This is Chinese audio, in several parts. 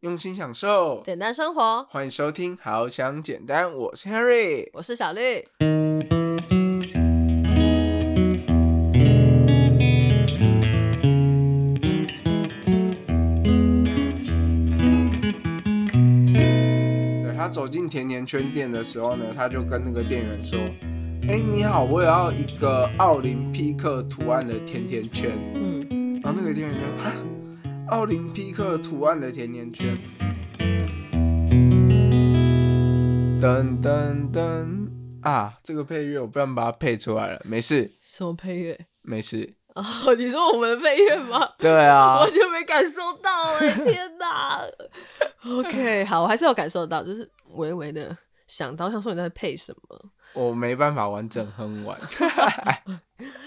用心享受。简单生活，欢迎收听《好想简单》，我是 Henry。我是小绿。对他走进甜甜圈店的时候呢，他就跟那个店员说：“哎，你好，我也要一个奥林匹克图案的甜甜圈。嗯，”然后那个店员说：“哈，奥林匹克图案的甜甜圈。”噔噔噔啊！这个配乐我不然把它配出来了，没事什么配乐？没事。哦， 你说我们的配乐吗？对啊完，全没感受到哎、天哪！OK，好，我还是有感受到，就是微微的想到，想说你在配什么。我没办法完整哼完。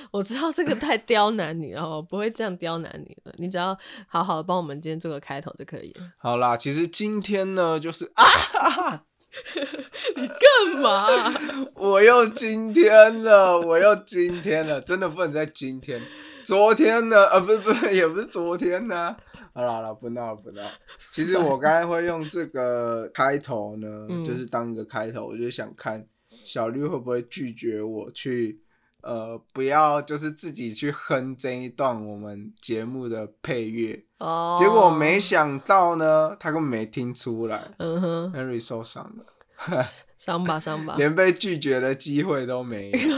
我知道这个太刁难你了，我哦不会这样刁难你了。你只要好好的帮我们今天做个开头就可以了。好啦，其实今天呢，就是啊，干嘛？我又今天了，我又今天了，真的不能再今天。昨天呢，啊，不是不是，也不是昨天呢、好啦好啦，不闹了不闹了。其实我刚才会用这个开头呢， 嗯就是当一个开头，我就想看小绿会不会拒绝我去，呃，不要就是自己去哼这一段我们节目的配乐。 哦，结果没。想到呢，他根本没听出来嗯哼， ，Henry 受伤了。伤吧伤吧。连被拒绝的机会都没有。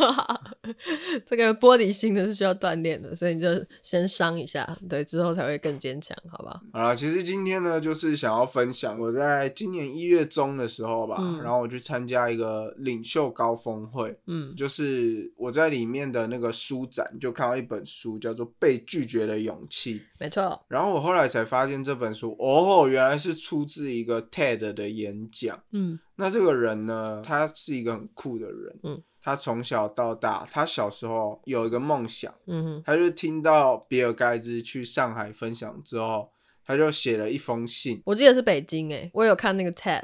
这个玻璃心的是需要锻炼的，所以你就先伤一下，对，之后才会更坚强，好吧？好了，其实今天呢，就是想要分享我在今年一月中的时候吧，嗯然后我去参加一个领袖高峰会，嗯就是我在里面的那个书展就看到一本书叫做《被拒绝的勇气》，没错，然后我后来才发现这本书哦，原来是出自一个 TED 的演讲。嗯那这个人呢，他是一个很酷的人，嗯，他从小到大，他小时候有一个梦想。嗯他就听到比尔盖茨去上海分享之后，他就写了一封信。 我记得是北京诶、我有看那个 TED，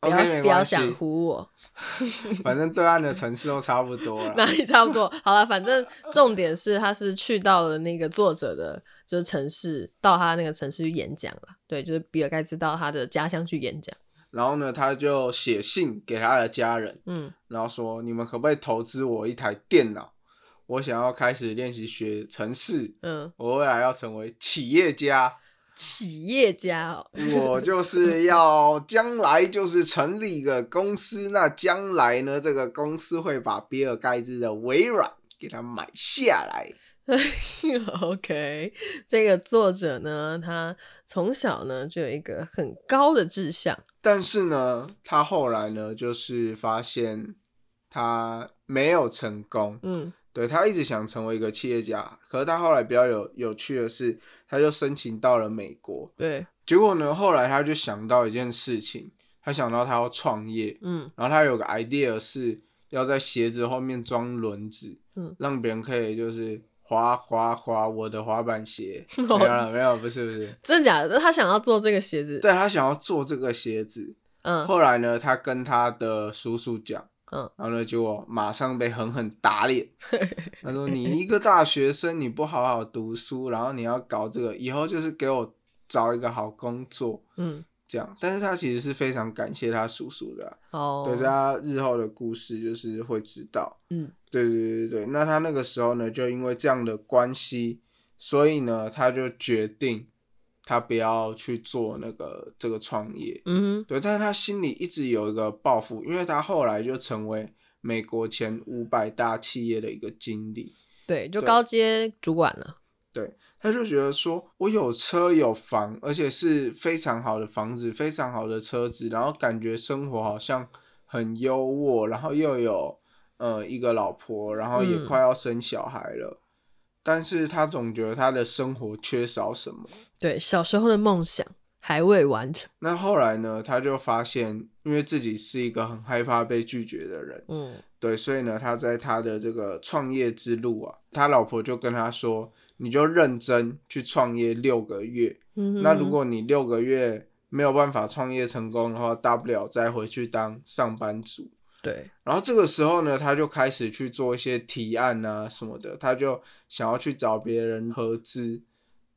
不要 OK，没不要关系，想唬我， 反正对岸的城市都差不多哪 了。里差不多。好了，反正重点是他是去到了那个作者的，就是城市，到他那个城市去演讲了。对，就是比尔盖茨到他的家乡去演讲。然后呢，他就写信给他的家人，嗯，然后说：“你们可不可以投资我一台电脑？我想要开始练习学程式，嗯，我未来要成为企业家，企业家哦，我就是要将来就是成立一个公司。那将来呢，这个公司会把比尔盖茨的微软给他买下来。” OK，这个作者呢，他从小呢就有一个很高的志向，但是呢，他后来呢，就是发现他没有成功。嗯对他一直想成为一个企业家，可是他后来比较有有趣的是，他就申请到了美国。，对，结果呢，后来他就想到一件事情，他想到他要创业，嗯然后他有个 idea 是要在鞋子后面装轮子，嗯让别人可以就是滑滑滑我的滑板鞋。没有了，没有，不是不是，真的假的？那他想要做这个鞋子，对他想要做这个鞋子，嗯，后来呢，他跟他的叔叔讲，嗯，然后呢，结果马上被狠狠打脸。他说：“你一个大学生，你不好好读书，然后你要搞这个，以后就是给我找一个好工作。” 嗯，这样，但是他其实是非常感谢他叔叔的啊、哦，对他日后的故事就是会知道。嗯，对对对对对。那他那个时候呢，就因为这样的关系，所以呢，他就决定他不要去做那个这个创业。嗯对，但是他心里一直有一个抱负，因为他后来就成为美国前五百大企业的一个经理。哼，对，就对高阶主管了，他就觉得说，我有车有房，而且是非常好的房子，非常好的车子，然后感觉生活好像很优渥，然后又有呃一个老婆，然后也嗯快要生小孩了，但是他总觉得他的生活缺少什么。对，小时候的梦想还未完成，那后来呢，他就发现，因为自己是一个很害怕被拒绝的人，嗯对，所以呢，他在他的这个创业之路啊，他老婆就跟他说：“你就认真去创业六个月。嗯哼，那如果你六个月没有办法创业成功的话，大不了再回去当上班族。”对，然后这个时候呢，他就开始去做一些提案啊什么的，他就想要去找别人合资。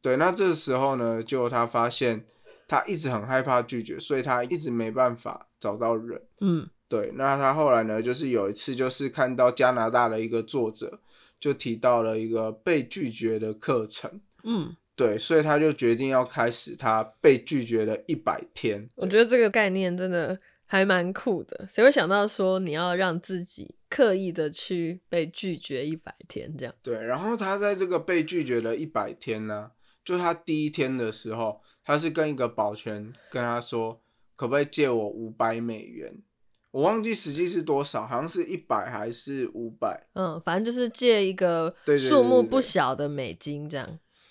对，那这时候呢，就他发现他一直很害怕拒绝，所以他一直没办法找到人。嗯对，那他后来呢，就是有一次就是看到加拿大的一个作者就提到了一个被拒绝的课程，嗯，对，所以他就决定要开始他被拒绝的一百天。我觉得这个概念真的还蛮酷的。谁会想到说你要让自己刻意的去被拒绝一百天这样？对，然后他在这个被拒绝的一百天呢，就他第一天的时候，他是跟一个保全跟他说，可不可以借我五百美元？我忘记实际是多少，好像是一百还是五百？嗯，反正就是借一个对对对数目对对不小的美金这样。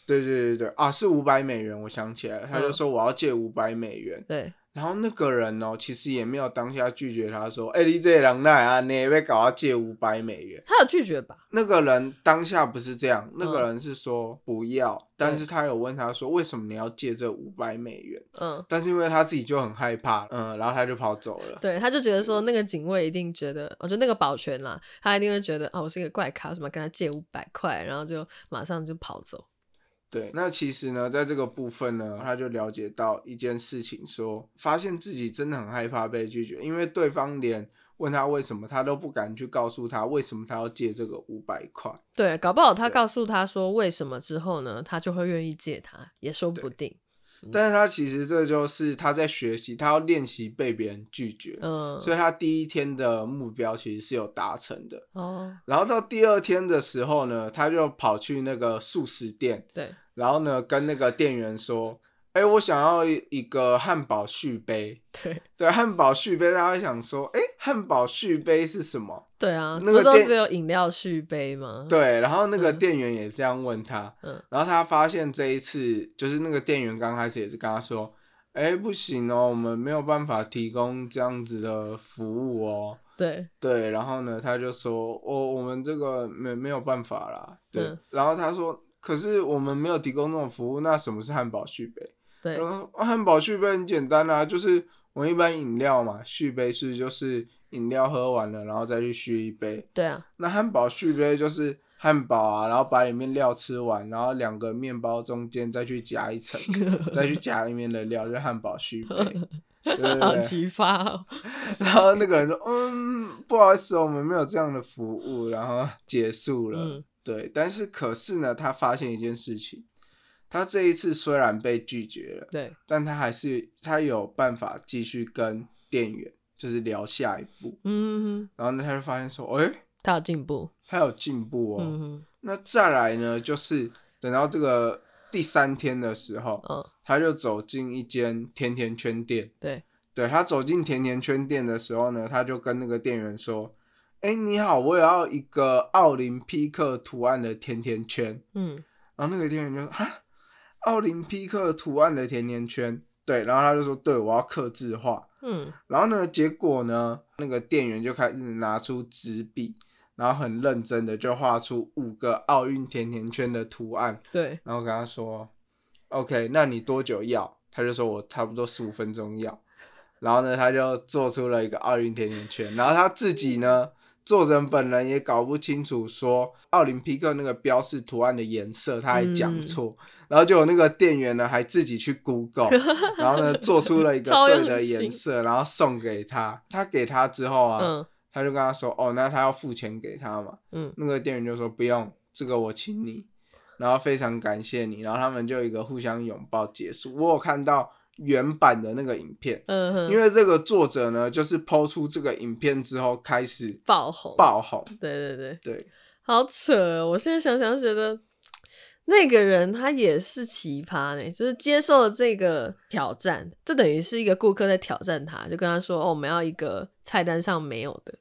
对对对对啊，是五百美元，我想起来了，他就嗯说我要借五百美元。对，然后那个人哦，其实也没有当下拒绝他说，哎、你这个人那啊，你也被搞要借五百美元。他有拒绝吧？那个人当下不是这样，那个人是说不要，但是他有问他说为什么你要借这五百美元？嗯，但是因为他自己就很害怕，嗯，然后他就跑走了。对，他就觉得说那个警卫一定觉得，我觉得那个保全啦，他一定会觉得哦，我是一个怪咖，什么跟他借五百块，然后就马上就跑走。对，那其实呢，在这个部分呢，他就了解到一件事情说发现自己真的很害怕被拒绝，因为对方连问他为什么，他都不敢去告诉他为什么他要借这个五百块。对，搞不好他对告诉他说为什么之后呢，他就会愿意借他，也说不定。但是他其实这就是他在学习，他要练习被别人拒绝，嗯，所以他第一天的目标其实是有达成的。哦，然后到第二天的时候呢，他就跑去那个素食店，对，然后呢跟那个店员说：“哎、我想要一一个汉堡续杯。”对，对，汉堡续杯，大家会想说：“哎、汉堡续杯是什么对啊，那不个都店只有饮料续杯吗？？”，对，然后那个嗯店员也这样问他，嗯然后他发现这一次就是那个店员刚开始也是跟他说：“哎、不行哦，我们没有办法提供这样子的服务哦。”对，对，然后呢，他就说：“哦我我们这个没没有办法啦。”对，嗯然后他说：“可是我们没有提供这种服务，那什么是汉堡续杯？”对，然后啊汉堡续杯很简单啊，就是我们一般饮料嘛，续杯是就是饮料喝完了，然后再去续一杯。对啊，那汉堡续杯就是汉堡啊，然后把里面料吃完，然后两个面包中间再去夹一 层，再去夹里面的料，就是汉堡续杯。对对好对，激发哦。然后那个人说：“嗯，不好意思哦，我们没有这样的服务。”然后结束了。嗯对，但是可是呢，他发现一件事情，他这一次虽然被拒绝了，对，但他还是他有办法继续跟店员就是聊下一步。嗯哼，然后呢，他就发现说：“哎、他有进步。他有进步哦。嗯哼，那再来呢，就是等到这个第三天的时候，嗯，他就走进一间甜甜圈店。对，对他走进甜甜圈店的时候呢，他就跟那个店员说：“哎、你好，我也要一个奥林匹克图案的甜甜圈。嗯，”然后那个店员就说：“哈，奥林匹克图案的甜甜圈。”对，然后他就说：“对，我要刻字化。嗯，”然后呢，结果呢，那个店员就开始拿出纸笔，然后很认真的就画出五个奥运甜甜圈的图案。对，然后跟他说：“OK，那你多久要？”他就说：“我差不多十五分钟要。”然后呢，他就做出了一个奥运甜甜圈。然后他自己呢，作者本人也搞不清楚说奥林匹克那个标示图案的颜色，他还讲嗯错。然后就有那个店员呢，还自己去 Google，然后呢，做出了一个超对用的颜心色，然后送给他。他给他之后啊，嗯他就跟他说：“哦，那他要付钱给他嘛。”嗯那个店员就说不用，这个我请你，然后非常感谢你，然后他们就一个互相拥抱结束。我有看到原版的那个影片，嗯哼，因为这个作者呢，就是抛出这个影片之后开始爆红，爆红，对对对。对好扯哦！我现在想想觉得那个人他也是奇葩呢，就是接受了这个挑战，这等于是一个顾客在挑战他，就跟他说：“哦，我们要一个菜单上没有的。”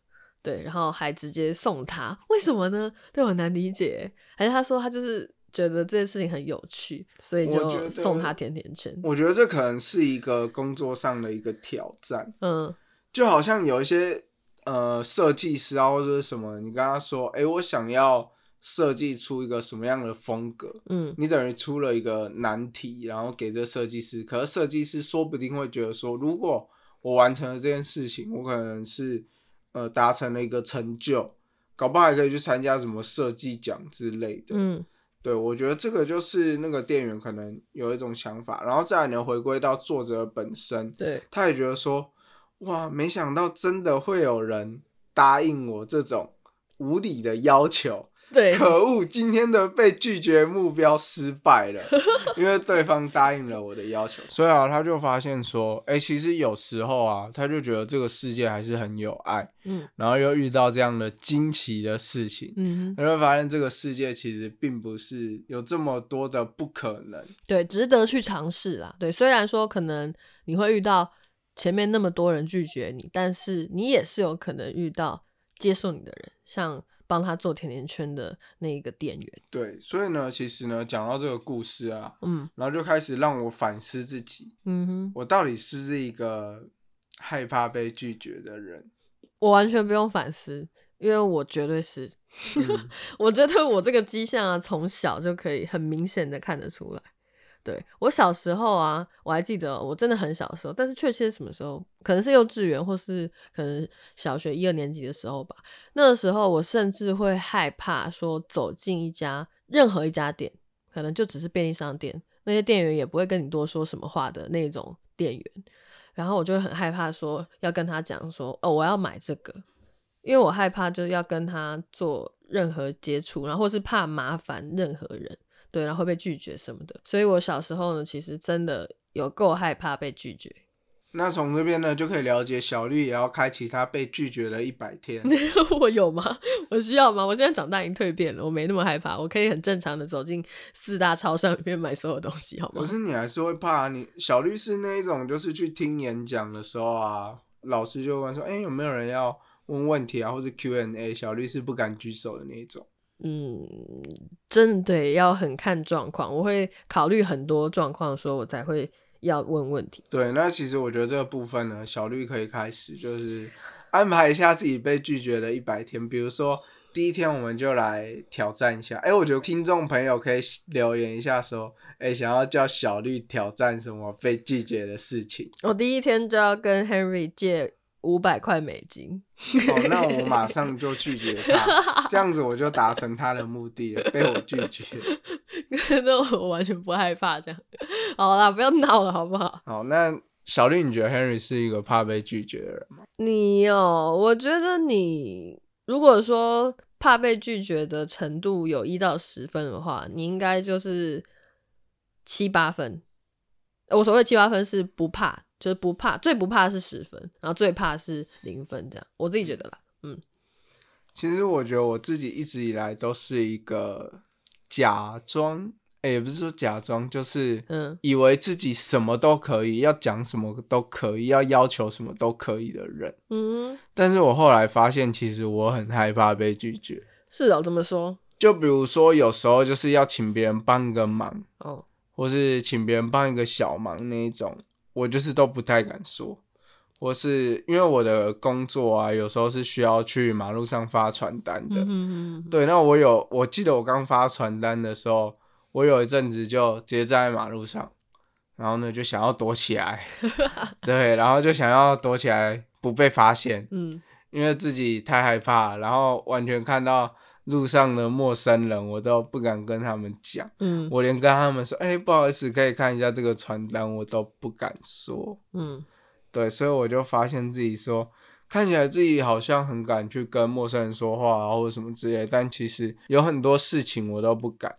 对，然后还直接送他，为什么呢？对我很难理解。还是他说他就是觉得这件事情很有趣，所以我觉得就送他甜甜圈。我觉得这可能是一个工作上的一个挑战，嗯，就好像有一些呃设计师啊或者是什么，你跟他说，诶，我想要设计出一个什么样的风格，嗯，你等于出了一个难题，然后给这设计师，可是设计师说不定会觉得说，如果我完成了这件事情，我可能是呃达成了一个成就，搞不好还可以去参加什么设计奖之类的。嗯，对，我觉得这个就是那个店员可能有一种想法，然后再来呢回归到作者本身，对，他也觉得说，哇，没想到真的会有人答应我这种无理的要求，对，可恶，今天的被拒绝目标失败了， 因为对方答应了我的要求，所以啊，他就发现说，哎、其实有时候啊，他就觉得这个世界还是很有爱，嗯然后又遇到这样的惊奇的事情，嗯哼，你会发现这个世界其实并不是有这么多的不可能。对，值得去尝试啦。对，虽然说可能你会遇到前面那么多人拒绝你，但是你也是有可能遇到接受你的人，像帮他做甜甜圈的那一个店员。对，所以呢，其实呢，讲到这个故事啊，嗯然后就开始让我反思自己，嗯哼，我到底是不是一个害怕被拒绝的人？我完全不用反思，因为我绝对是，嗯 我觉得我这个迹象啊，从小就可以很明显的看得出来。对我小时候啊，我还记得，我真的很小的时候，但是确切是什么时候，可能是幼稚园，或是可能小学一二年级的时候吧。那个时候，我甚至会害怕说走进一家任何一家店，可能就只是便利商店，那些店员也不会跟你多说什么话的那种店员。然后我就会很害怕说要跟他讲说哦我要买这个，因为我害怕就是要跟他做任何接触，然后或是怕麻烦任何人，对，然后会被拒绝什么的。所以我小时候呢，其实真的有够害怕被拒绝。 那从这边呢，就可以了解小绿也要开启他被拒绝的一百天。我有吗？我需要吗？我现在长大已经蜕变了，我没那么害怕，我可以很正常的走进四大超商里面买所有东西，好吗可？是你还是会怕、你小绿是那一种，就是去听演讲的时候啊，老师就问说，哎、有没有人要问问题啊，或是 Q&A，小绿是不敢举手的那一种。嗯，真的得要很看状况，我会考虑很多状况，说我才会要问问题。对，那其实我觉得这个部分呢，小绿可以开始就是安排一下自己被拒绝的一百天，比如说第一天我们就来挑战一下。哎、我觉得听众朋友可以留言一下说，哎、想要叫小绿挑战什么被拒绝的事情。我第一天就要跟 Henry 借五百块美金， 哦，那我马上就拒绝他，这样子我就达成他的目的了，被我拒绝。那我完全不害怕这样。好啦，不要闹了好不好？好，那小绿，你觉得 Henry 是一个怕被拒绝的人吗？你哦，我觉得你如果说怕被拒绝的程度有一到十分的话，你应该就是七八分。呃我所谓七八分是不怕，就是不怕，最不怕是十分，然后最怕是零分这样。我自己觉得啦，嗯，其实我觉得我自己一直以来都是一个假装，哎、也不是说假装，就是嗯以为自己什么都可以，要讲什么都可以，要要求什么都可以的人。嗯，但是我后来发现，其实我很害怕被拒绝。是哦，这么说就比如说，有时候就是要请别人帮个忙，哦，或是请别人帮一个小忙那一种，我就是都不太敢说。或是因为我的工作啊，有时候是需要去马路上发传单的。嗯哼哼对，那我有，我记得我刚发传单的时候，我有一阵子就直接站在马路上，然后呢就想要躲起来，对，然后就想要躲起来不被发现，嗯，因为自己太害怕，然后完全看到路上的陌生人，我都不敢跟他们讲。嗯我连跟他们说，哎、不好意思，可以看一下这个传单，我都不敢说。嗯对，所以我就发现自己说，看起来自己好像很敢去跟陌生人说话啊，或者什么之类的，但其实有很多事情我都不敢。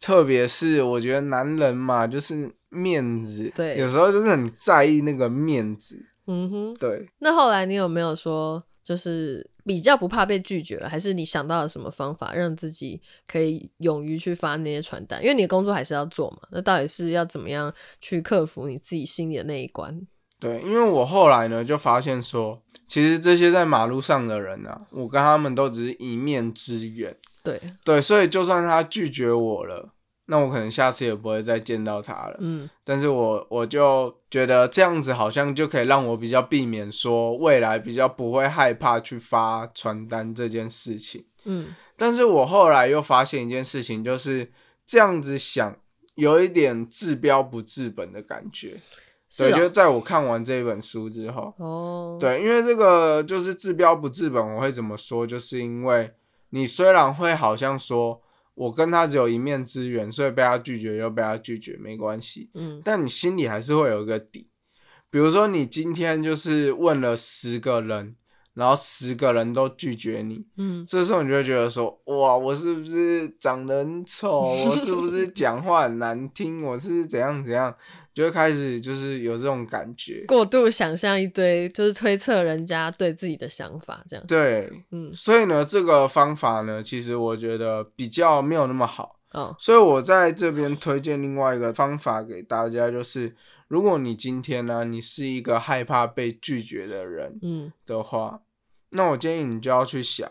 特别是我觉得男人嘛，就是面子，对有时候就是很在意那个面子。嗯哼。对，那后来你有没有说，就是比较不怕被拒绝，还是你想到了什么方法让自己可以勇于去发那些传单？因为你的工作还是要做嘛，那到底是要怎么样去克服你自己心里的那一关？对，因为我后来呢就发现说，其实这些在马路上的人啊，我跟他们都只是一面之缘。对，对，所以就算他拒绝我了，那我可能下次也不会再见到他了。嗯但是我我就觉得这样子好像就可以让我比较避免说未来比较不会害怕去发传单这件事情。嗯但是我后来又发现一件事情，就是这样子想有一点治标不治本的感觉。是对，就哦，在我看完这一本书之后，哦，对，因为这个就是治标不治本，我会怎么说？就是因为你虽然会好像说我跟他只有一面之缘，所以被他拒绝就被他拒绝，没关系。嗯但你心里还是会有一个底。比如说，你今天就是问了十个人，然后十个人都拒绝你，嗯这时候你就会觉得说，哇，我是不是长得很丑？我是不是讲话很难听？我是怎样怎样？就会开始就是有这种感觉。过度想象一堆，就是推测人家对自己的想法这样。对，嗯所以呢，这个方法呢，其实我觉得比较没有那么好。哦所以我在这边推荐另外一个方法给大家，就是如果你今天呢、你是一个害怕被拒绝的人嗯的话，那我建议你就要去想，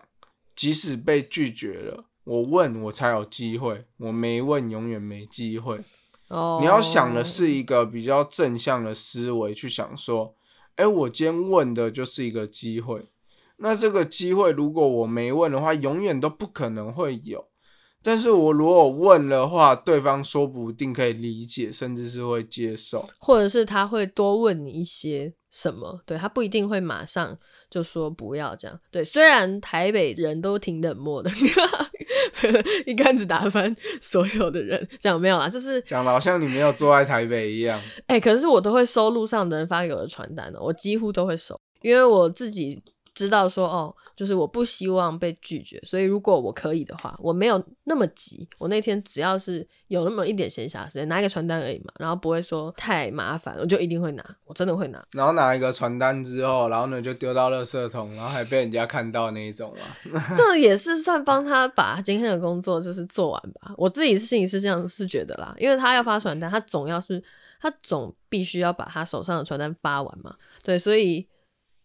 即使被拒绝了，我问我才有机会，我没问永远没机会。哦，你要想的是一个比较正向的思维去想说，哎、我今天问的就是一个机会，那这个机会如果我没问的话，永远都不可能会有。但是我如果问的话，对方说不定可以理解，甚至是会接受。或者是他会多问你一些什么，对他不一定会马上就说不要这样。对，虽然台北人都挺冷漠的， 一竿子打翻所有的人，这样没有啦，就是讲的好像你没有坐在台北一样。 哎、可是我都会收路上的人发给我的传单的，哦我几乎都会收，因为我自己知道说，哦，就是我不希望被拒绝，所以如果我可以的话，我没有那么急，我那天只要是有那么一点闲暇时间，拿一个传单而已嘛，然后不会说太麻烦，我就一定会拿，我真的会拿。然后拿一个传单之后，然后呢就丢到垃圾桶，然后还被人家看到那一种啊。这也是算帮他把今天的工作就是做完吧。我自己是心里是这样是觉得啦，因为他要发传单，他总要是他总必须要把他手上的传单发完嘛。对，所以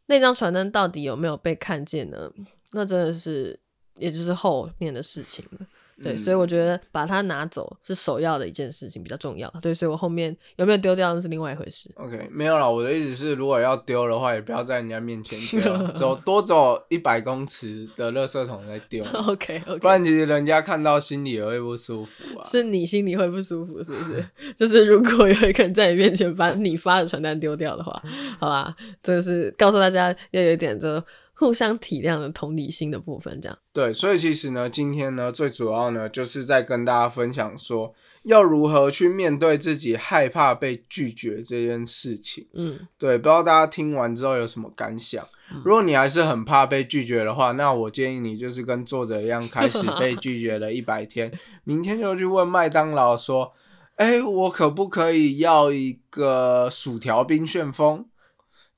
那张传单到底有没有被看见呢？那真的是也就是后面的事情了。对，嗯所以我觉得把它拿走是首要的一件事情，比较重要。对，所以我后面有没有丢掉那是另外一回事。 OK，没有啦，我的意思是，如果要丢的话，也不要在人家面前丢 啊，走多走一百公尺的垃圾桶再丢嘛， OK 不 OK，然其实人家看到心里也会不舒服啊。是你心里会不舒服，是不是？ 就是如果有一个人在你面前把你发的传单丢掉的话，嗯好吧，这个是告诉大家要有一点就互相体谅的同理心的部分，这样。对，所以其实呢，今天呢，最主要呢，就是在跟大家分享说，要如何去面对自己害怕被拒绝这件事情。嗯， 对，不知道大家听完之后有什么感想嗯？如果你还是很怕被拒绝的话，那我建议你就是跟作者一样，开始被拒绝了一百天，明天就去问麦当劳说：“哎、我可不可以要一个薯条冰旋风？”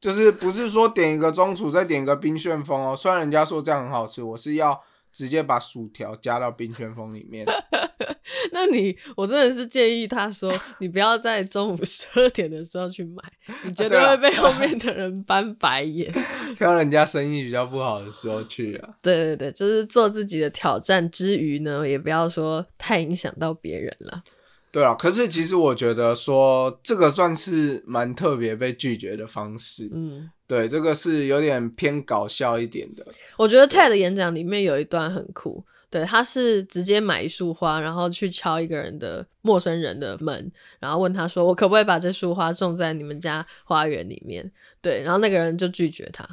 就是不是说点一个中薯再点一个冰旋风哦？虽然人家说这样很好吃，我是要直接把薯条加到冰旋风里面。 那你我真的是建议他说，你不要在中午十二点的时候去买，你绝对 对啊会被后面的人翻白 眼。挑人家生意比较不好的时候去啊。对对对，就是做自己的挑战之余呢，也不要说太影响到别人了。对啊，可是其实我觉得说这个算是蛮特别被拒绝的方式，嗯。对，这个是有点偏搞笑一点的，我觉得 TED 的演讲里面有一段很酷，对，他是直接买一束花，然后去敲一个人的陌生人的门，然后问他说：“我可不可以把这束花种在你们家花园里面？”对，然后那个人就拒绝他，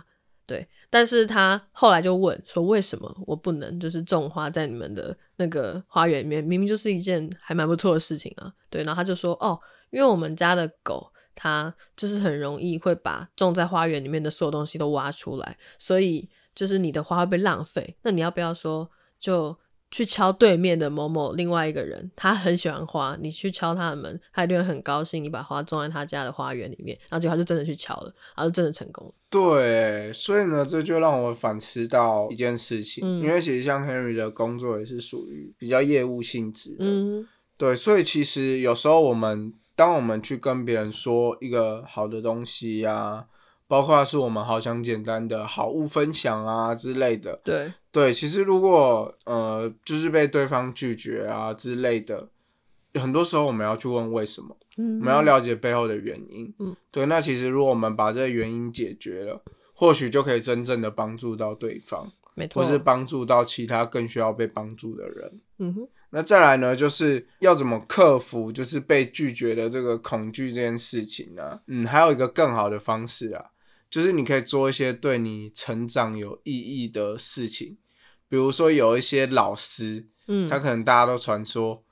对，但是他后来就问说：“为什么我不能就是种花在你们的那个花园里面？明明就是一件还蛮不错的事情啊。”对，然后他就说：“哦，因为我们家的狗。”它就是很容易会把种在花园里面的所有东西都挖出来，所以就是你的花会被浪费。那你要不要说就去敲对面的某某另外一个人，他很喜欢花，你去敲他的门，他一定会很高兴你把花种在他家的花园里面，然后结果他就真的去敲了，然后就真的成功了。对，所以呢，这就让我反思到一件事情，嗯因为其实像 Henry 的工作也是属于比较业务性质的，嗯对，所以其实有时候我们当我们去跟别人说一个好的东西呀、包括是我们好想简单的好物分享啊之类的，对，对，其实如果呃，就是被对方拒绝啊之类的，很多时候我们要去问为什么，嗯我们要了解背后的原因。嗯，对。那其实如果我们把这个原因解决了，或许就可以真正的帮助到对方，没或错，是帮助到其他更需要被帮助的人。嗯哼，那再来呢，就是要怎么克服就是被拒绝的这个恐惧这件事情呢、嗯，还有一个更好的方式啊，就是你可以做一些对你成长有意义的事情，比如说有一些老师，嗯，他可能大家都传说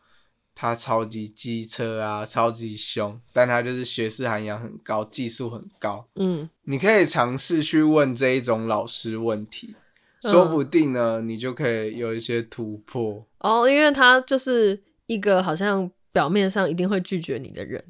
他超级机车啊，超级凶，但他就是学识涵养很高，技术很高。嗯你可以尝试去问这一种老师问题，嗯说不定呢，你就可以有一些突破。哦，因为他就是一个好像表面上一定会拒绝你的人，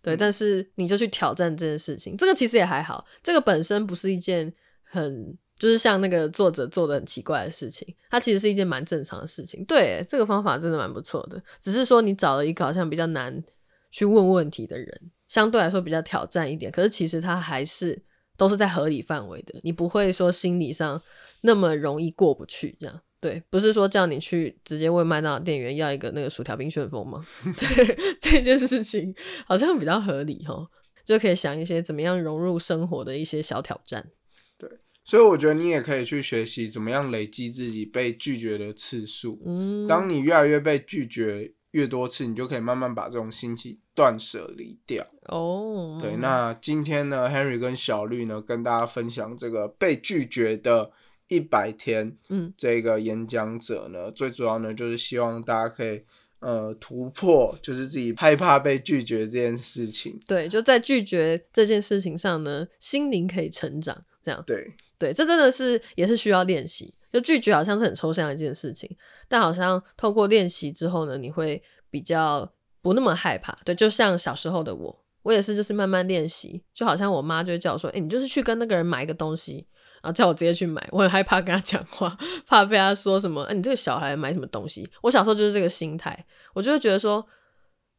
对，嗯但是你就去挑战这件事情，这个其实也还好，这个本身不是一件很就是像那个作者做的很奇怪的事情，它其实是一件蛮正常的事情。对，这个方法真的蛮不错的，只是说你找了一个好像比较难去问问题的人，相对来说比较挑战一点，可是其实他还是都是在合理范围的，你不会说心理上那么容易过不去这样。对，不是说叫你去直接问麦当劳店员要一个那个薯条冰旋风吗？ 对，这件事情好像比较合理哦，就可以想一些怎么样融入生活的一些小挑战。所以我觉得你也可以去学习怎么样累积自己被拒绝的次数。嗯，当你越来越被拒绝越多次，你就可以慢慢把这种心情断舍离掉。哦，对，那今天呢，Henry 跟小绿呢，跟大家分享这个被拒绝的一百天。嗯，这个演讲者呢，最主要呢就是希望大家可以呃突破，就是自己害怕被拒绝这件事情。对，就在拒绝这件事情上呢，心灵可以成长，这样对，对，这真的是也是需要练习。就拒绝好像是很抽象的一件事情，但好像透过练习之后呢，你会比较不那么害怕。对，就像小时候的我，我也是就是慢慢练习，就好像我妈就会叫我说：“哎、你就是去跟那个人买一个东西。”然后叫我直接去买，我很害怕跟他讲话，怕被他说什么“哎、你这个小孩买什么东西”。我小时候就是这个心态，我就会觉得说，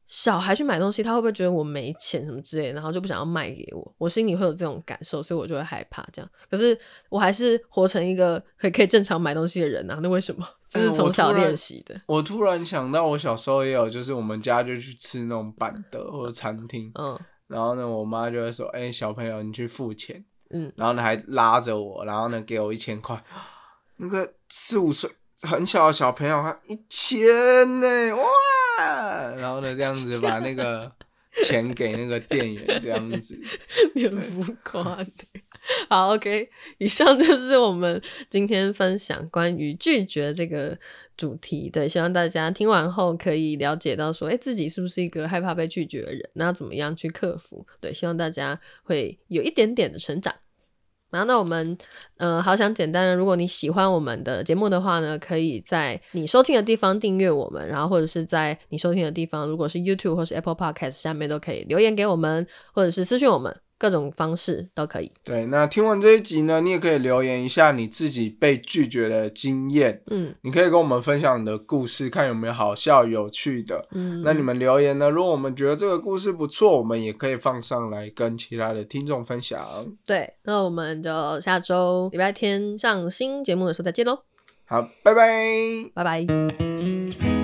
小孩去买东西，他会不会觉得我没钱什么之类的，然后就不想要卖给我？我心里会有这种感受，所以我就会害怕这样。可是我还是活成一个可以可以正常买东西的人啊，那为什么？ 就哎是我从小突然练习的。我突然想到，我小时候也有，就是我们家就去吃那种板的或者餐厅，嗯然后呢，我妈就会说：“哎、小朋友，你去付钱。”嗯，然后呢还拉着我，然后呢给我一千块。 那个四五岁很小的小朋友，他一千呢，哇！然后呢这样子把那个钱给那个店员，这样子。 你很浮夸的。好，OK，以上就是我们今天分享关于拒绝这个主题。对，希望大家听完后可以了解到说，哎、自己是不是一个害怕被拒绝的人？那怎么样去克服？对，希望大家会有一点点的成长。然后，那我们，呃，好想简单的，如果你喜欢我们的节目的话呢，可以在你收听的地方订阅我们，然后或者是在你收听的地方，如果是 YouTube 或是 Apple Podcast 下面都可以留言给我们，或者是私讯我们，各种方式都可以。对，那听完这一集呢，你也可以留言一下你自己被拒绝的经验，嗯你可以跟我们分享你的故事，看有没有好笑有趣的。嗯，那你们留言呢？如果我们觉得这个故事不错，我们也可以放上来跟其他的听众分享。对，那我们就下周礼拜天上新节目的时候再见喽，好，拜拜。拜拜。